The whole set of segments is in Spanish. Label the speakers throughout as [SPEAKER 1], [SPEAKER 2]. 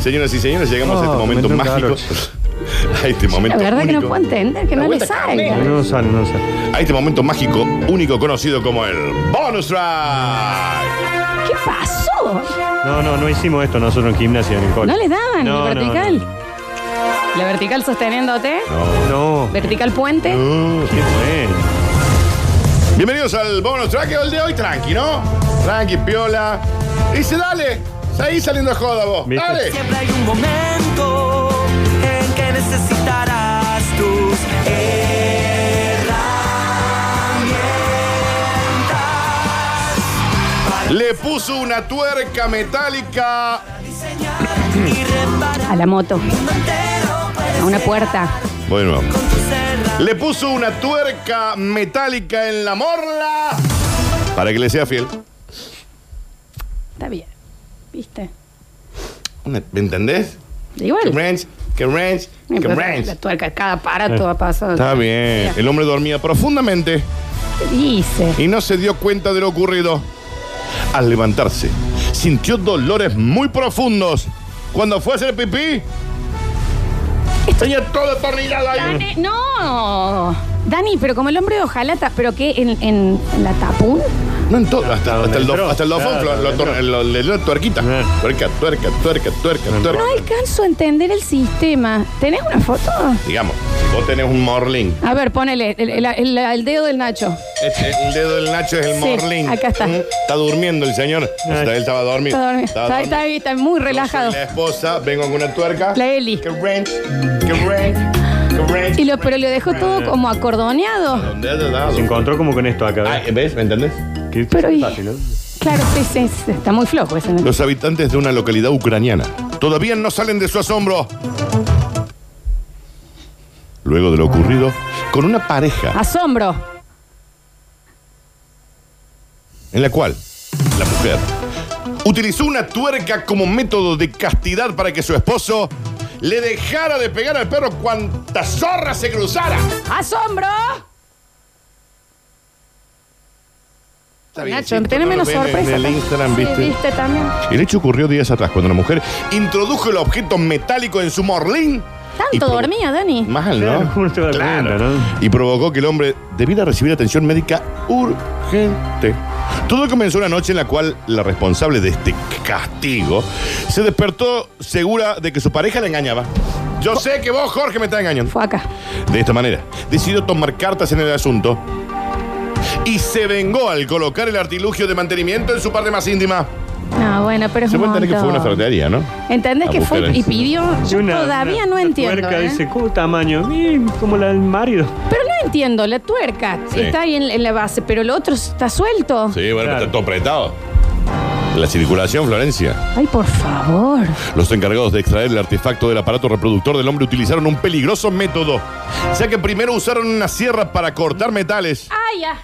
[SPEAKER 1] Señoras y señores, llegamos a este
[SPEAKER 2] Oh,
[SPEAKER 1] momento
[SPEAKER 2] me toca
[SPEAKER 1] mágico. A este
[SPEAKER 3] La
[SPEAKER 1] momento
[SPEAKER 3] verdad que no
[SPEAKER 1] único.
[SPEAKER 3] puedo entender
[SPEAKER 1] La
[SPEAKER 3] que no le
[SPEAKER 1] vuelta
[SPEAKER 3] salga.
[SPEAKER 1] cambia.
[SPEAKER 2] No sale, no sale.
[SPEAKER 1] A este momento mágico, único conocido como el bonus track.
[SPEAKER 3] ¿Qué pasó?
[SPEAKER 2] No, no, no hicimos esto nosotros en gimnasia, Nicole.
[SPEAKER 3] ¿No le daban
[SPEAKER 2] No,
[SPEAKER 3] la
[SPEAKER 2] no,
[SPEAKER 3] vertical? ¿La vertical sosteniéndote?
[SPEAKER 2] No. no.
[SPEAKER 3] ¿Vertical puente?
[SPEAKER 2] Qué bueno.
[SPEAKER 1] Bienvenidos al bonus track el de hoy, tranqui, ¿no? Tranqui, piola. Dice, dale, seguí saliendo a joda vos.
[SPEAKER 2] ¿Viste?
[SPEAKER 1] Dale.
[SPEAKER 4] Siempre hay un momento en que necesitarás tus
[SPEAKER 1] Le puso una tuerca metálica
[SPEAKER 4] y reparar
[SPEAKER 3] A la moto,
[SPEAKER 4] el mundo entero
[SPEAKER 3] a una puerta.
[SPEAKER 1] Bueno.
[SPEAKER 4] cerrar.
[SPEAKER 1] Le puso una tuerca metálica en la morla. Para que le sea fiel.
[SPEAKER 3] Está bien. ¿Viste?
[SPEAKER 1] Una- ¿Me entendés? Que
[SPEAKER 3] Igual.
[SPEAKER 1] ranch, que ranch, que
[SPEAKER 3] Pero La
[SPEAKER 1] ranch.
[SPEAKER 3] tuerca, cada aparato ha pasado.
[SPEAKER 1] Está bien. El hombre dormía profundamente
[SPEAKER 3] ¿Qué dice?
[SPEAKER 1] y no se dio cuenta de lo ocurrido. Al levantarse, sintió dolores muy profundos. Cuando fue a hacer pipí, tenía todo atornillado ahí.
[SPEAKER 3] Dani, no. Dani, pero como el hombre de ojalata, ¿pero qué? ¿En, en, en la tapún?
[SPEAKER 1] No en todo, hasta,
[SPEAKER 2] Hasta
[SPEAKER 1] hasta el,
[SPEAKER 2] donde
[SPEAKER 1] do,
[SPEAKER 2] entró.
[SPEAKER 1] hasta el dofón,
[SPEAKER 2] Claro,
[SPEAKER 1] lo- lo
[SPEAKER 2] donde
[SPEAKER 1] ator- lo- le dio tuerquita.
[SPEAKER 2] Claro.
[SPEAKER 1] Tuerca, tuerca, tuerca, tuerca,
[SPEAKER 2] No
[SPEAKER 1] tuerca.
[SPEAKER 3] No alcanzo a entender el sistema. ¿Tenés una foto?
[SPEAKER 1] Digamos, si vos tenés un morlín
[SPEAKER 3] A ver, ponele el, el- el- el dedo del Nacho.
[SPEAKER 1] Este, el dedo del Nacho es el
[SPEAKER 3] Sí,
[SPEAKER 1] morlín.
[SPEAKER 3] acá está.
[SPEAKER 1] Ujú. Está durmiendo el señor. O sea, él estaba dormido.
[SPEAKER 3] Está dormido.
[SPEAKER 1] Estaba
[SPEAKER 3] Está,
[SPEAKER 1] dormido.
[SPEAKER 3] está ahí, está muy
[SPEAKER 1] Yo
[SPEAKER 3] relajado.
[SPEAKER 1] soy La esposa, vengo con una tuerca.
[SPEAKER 3] La Eli.
[SPEAKER 1] Que ranch, que ranch, que ranch.
[SPEAKER 3] Y lo, pero lo dejó todo como acordoneado.
[SPEAKER 1] Con dedo dado.
[SPEAKER 2] Se encontró como con esto acá.
[SPEAKER 1] Ah,
[SPEAKER 2] ¿ves?
[SPEAKER 1] ¿Ves? ¿Me entendés?
[SPEAKER 2] Qué
[SPEAKER 3] Pero y-
[SPEAKER 2] fácil, ¿no?
[SPEAKER 3] Claro, sí, sí, sí, está muy flojo ese. ¿no?
[SPEAKER 1] Los habitantes de una localidad ucraniana todavía no salen de su asombro. Luego de lo ocurrido, con una pareja
[SPEAKER 3] Asombro.
[SPEAKER 1] en la cual la mujer utilizó una tuerca como método de castidad para que su esposo le dejara de pegar al perro cuanta zorra se cruzara.
[SPEAKER 3] ¡Asombro!
[SPEAKER 1] Está
[SPEAKER 3] Nacho,
[SPEAKER 1] sí,
[SPEAKER 3] tenés
[SPEAKER 1] no lo
[SPEAKER 3] menos
[SPEAKER 1] ven en
[SPEAKER 3] sorpresa.
[SPEAKER 1] el Instagram,
[SPEAKER 3] Sí,
[SPEAKER 1] ¿viste?
[SPEAKER 3] viste también.
[SPEAKER 1] El hecho ocurrió días atrás cuando la mujer introdujo el objeto metálico en su morlín. y
[SPEAKER 3] Tanto
[SPEAKER 1] provo-
[SPEAKER 3] dormía, Dani.
[SPEAKER 1] Mal,
[SPEAKER 2] Claro,
[SPEAKER 1] ¿no?
[SPEAKER 2] uno se da cuenta, ¿no?
[SPEAKER 1] Y provocó que el hombre debiera recibir atención médica urgente. Todo comenzó una noche en la cual la responsable de este castigo se despertó segura de que su pareja la engañaba. Yo sé que vos, Jorge, me estás engañando.
[SPEAKER 3] Fue acá.
[SPEAKER 1] De esta manera, decidió tomar cartas en el asunto y se vengó al colocar el artilugio de mantenimiento en su parte más íntima.
[SPEAKER 3] No, bueno, pero es
[SPEAKER 1] Se
[SPEAKER 3] un
[SPEAKER 1] puede entender que fue una
[SPEAKER 3] montón.
[SPEAKER 1] ferretería, ¿no?
[SPEAKER 3] ¿Entendés
[SPEAKER 1] A
[SPEAKER 3] que
[SPEAKER 1] buscar
[SPEAKER 3] fue y
[SPEAKER 1] eso.
[SPEAKER 3] pidió? Yo
[SPEAKER 2] Una-
[SPEAKER 3] todavía
[SPEAKER 2] una-
[SPEAKER 3] no
[SPEAKER 2] una
[SPEAKER 3] entiendo.
[SPEAKER 2] Tuerca
[SPEAKER 3] ¿eh?
[SPEAKER 2] dice, ¿cómo tamaño? Eh, Como la del marido.
[SPEAKER 3] Pero no entiendo, la tuerca
[SPEAKER 1] Sí.
[SPEAKER 3] está ahí en, en la base, pero el otro está suelto.
[SPEAKER 1] Sí, bueno,
[SPEAKER 2] Claro.
[SPEAKER 1] está todo apretado. La circulación, Florencia.
[SPEAKER 3] Ay, por favor.
[SPEAKER 1] Los encargados de extraer el artefacto del aparato reproductor del hombre utilizaron un peligroso método, ya que primero usaron una sierra para cortar metales
[SPEAKER 3] Ay, ah. ya.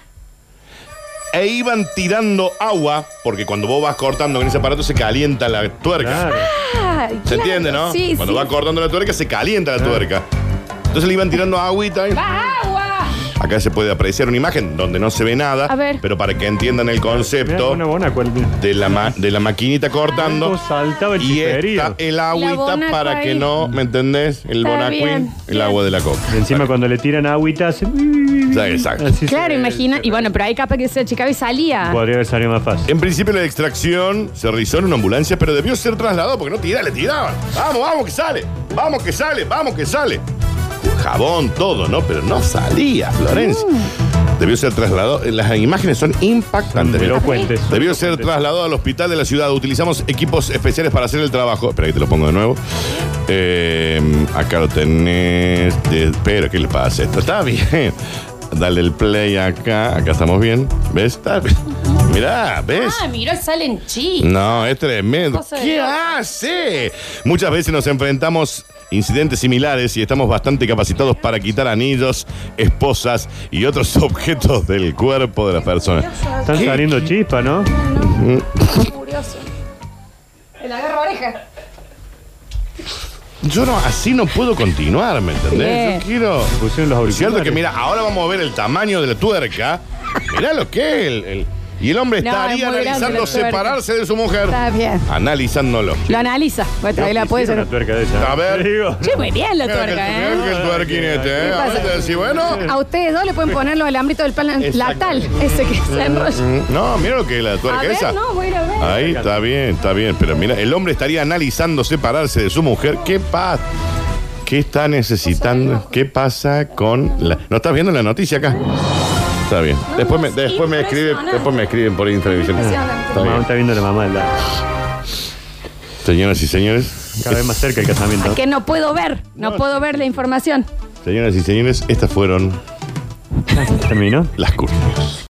[SPEAKER 1] e iban tirando agua, porque cuando vos vas cortando con ese aparato se calienta la tuerca.
[SPEAKER 2] Claro.
[SPEAKER 3] Ay,
[SPEAKER 1] ¿Se
[SPEAKER 3] claro.
[SPEAKER 1] entiende, no?
[SPEAKER 3] Sí,
[SPEAKER 1] cuando
[SPEAKER 3] sí.
[SPEAKER 1] va cortando la tuerca se calienta la tuerca. Entonces le iban tirando agüita. y-
[SPEAKER 3] ¡Va agua!
[SPEAKER 1] Acá se puede apreciar una imagen donde no se ve nada,
[SPEAKER 3] A ver.
[SPEAKER 1] pero para que entiendan el
[SPEAKER 2] Mirá,
[SPEAKER 1] concepto
[SPEAKER 2] Una buena cual. mirá.
[SPEAKER 1] de la, ma- de la maquinita cortando.
[SPEAKER 2] Cómo saltaba el
[SPEAKER 1] Y
[SPEAKER 2] chiferido.
[SPEAKER 1] está el
[SPEAKER 3] La
[SPEAKER 1] agüita
[SPEAKER 3] bonaco
[SPEAKER 1] para que
[SPEAKER 3] ahí.
[SPEAKER 1] no, ¿me entendés? El
[SPEAKER 3] Está
[SPEAKER 1] bonacuín,
[SPEAKER 3] bien,
[SPEAKER 1] el
[SPEAKER 3] bien.
[SPEAKER 1] agua de la coca.
[SPEAKER 2] Y Encima cuando le tiran agüita hace...
[SPEAKER 1] Ya, exacto.
[SPEAKER 2] Así se
[SPEAKER 3] Claro,
[SPEAKER 2] ve.
[SPEAKER 3] imagina. Y bueno, pero ahí capaz que se achicaba y salía.
[SPEAKER 2] Podría haber salido más fácil.
[SPEAKER 1] En principio la extracción se realizó en una ambulancia, pero debió ser trasladado porque no tiraba, le tiraban. Vamos, vamos que sale, vamos que sale, vamos que sale. Jabón, todo, ¿no? Pero no salía, Florencia. Debió ser trasladado. Las imágenes son impactantes.
[SPEAKER 2] Pero
[SPEAKER 1] mirá.
[SPEAKER 2] cuentes.
[SPEAKER 1] Debió ser trasladado al hospital de la ciudad. Utilizamos equipos especiales para hacer el trabajo. Espera que te lo pongo de nuevo. Eh, acá lo tenés. De- pero, ¿qué le pasa? Esto está bien. Dale el play acá. Acá estamos bien. ¿Ves? Está bien. Mirá, ¿ves?
[SPEAKER 3] Ah, miró, salen chistes.
[SPEAKER 1] No, es tremendo.
[SPEAKER 3] Cosa de
[SPEAKER 1] ¿Qué
[SPEAKER 3] loco.
[SPEAKER 1] hace? Muchas veces nos enfrentamos incidentes similares y estamos bastante capacitados para quitar anillos, esposas y otros objetos del cuerpo de las personas.
[SPEAKER 2] Están saliendo chispas, ¿no?
[SPEAKER 3] Curioso.
[SPEAKER 1] Mm.
[SPEAKER 3] El agarro oreja.
[SPEAKER 1] Yo no, así no puedo continuar, ¿me entendés?
[SPEAKER 3] Bien.
[SPEAKER 1] Yo quiero.
[SPEAKER 2] Pusieron los
[SPEAKER 1] Es
[SPEAKER 2] auriculares.
[SPEAKER 1] cierto que, mira, ahora vamos a ver el tamaño de la tuerca. Mirá lo que es el, el- Y el hombre
[SPEAKER 3] No, es
[SPEAKER 1] estaría
[SPEAKER 3] muy grande
[SPEAKER 1] analizando
[SPEAKER 3] la tuerca.
[SPEAKER 1] separarse de su mujer.
[SPEAKER 3] Está bien.
[SPEAKER 1] Analizándolo.
[SPEAKER 3] Lo analiza. Bueno, ahí la puede
[SPEAKER 2] Hicieron
[SPEAKER 3] ser.
[SPEAKER 2] una tuerca de esa.
[SPEAKER 1] A ver.
[SPEAKER 2] Te digo.
[SPEAKER 3] Che, muy bien la
[SPEAKER 1] Mira que el-
[SPEAKER 3] tuerca, ¿eh?
[SPEAKER 1] mira que el tuerquinete, ¿eh?
[SPEAKER 3] pasa?
[SPEAKER 1] Ahora te decís, bueno.
[SPEAKER 3] A ustedes dos le pueden poner los alambritos del plan
[SPEAKER 1] Exacto.
[SPEAKER 3] lactal, ese que se enrolla.
[SPEAKER 1] Mm, No, mira lo que es la
[SPEAKER 3] A
[SPEAKER 1] tuerca
[SPEAKER 3] ver,
[SPEAKER 1] esa.
[SPEAKER 3] no, voy a ir a ver.
[SPEAKER 1] Ahí está bien, está bien. Pero mira, el hombre estaría analizando separarse de su mujer. ¿Qué pasa? ¿Qué está necesitando? ¿Qué pasa con la.? ¿No estás viendo la noticia acá? Está bien. Después me, después me, escribe, después me escriben por Instagram.
[SPEAKER 3] Impresionante.
[SPEAKER 1] Está
[SPEAKER 2] Mamá
[SPEAKER 1] bien.
[SPEAKER 2] está viendo la mamá. la-
[SPEAKER 1] Señoras y señores,
[SPEAKER 2] Cada vez más cerca el casamiento.
[SPEAKER 3] Que no puedo ver, no,
[SPEAKER 1] No,
[SPEAKER 3] puedo ver la información.
[SPEAKER 1] señoras y señores, estas fueron
[SPEAKER 2] ¿Terminó?
[SPEAKER 1] las curvas.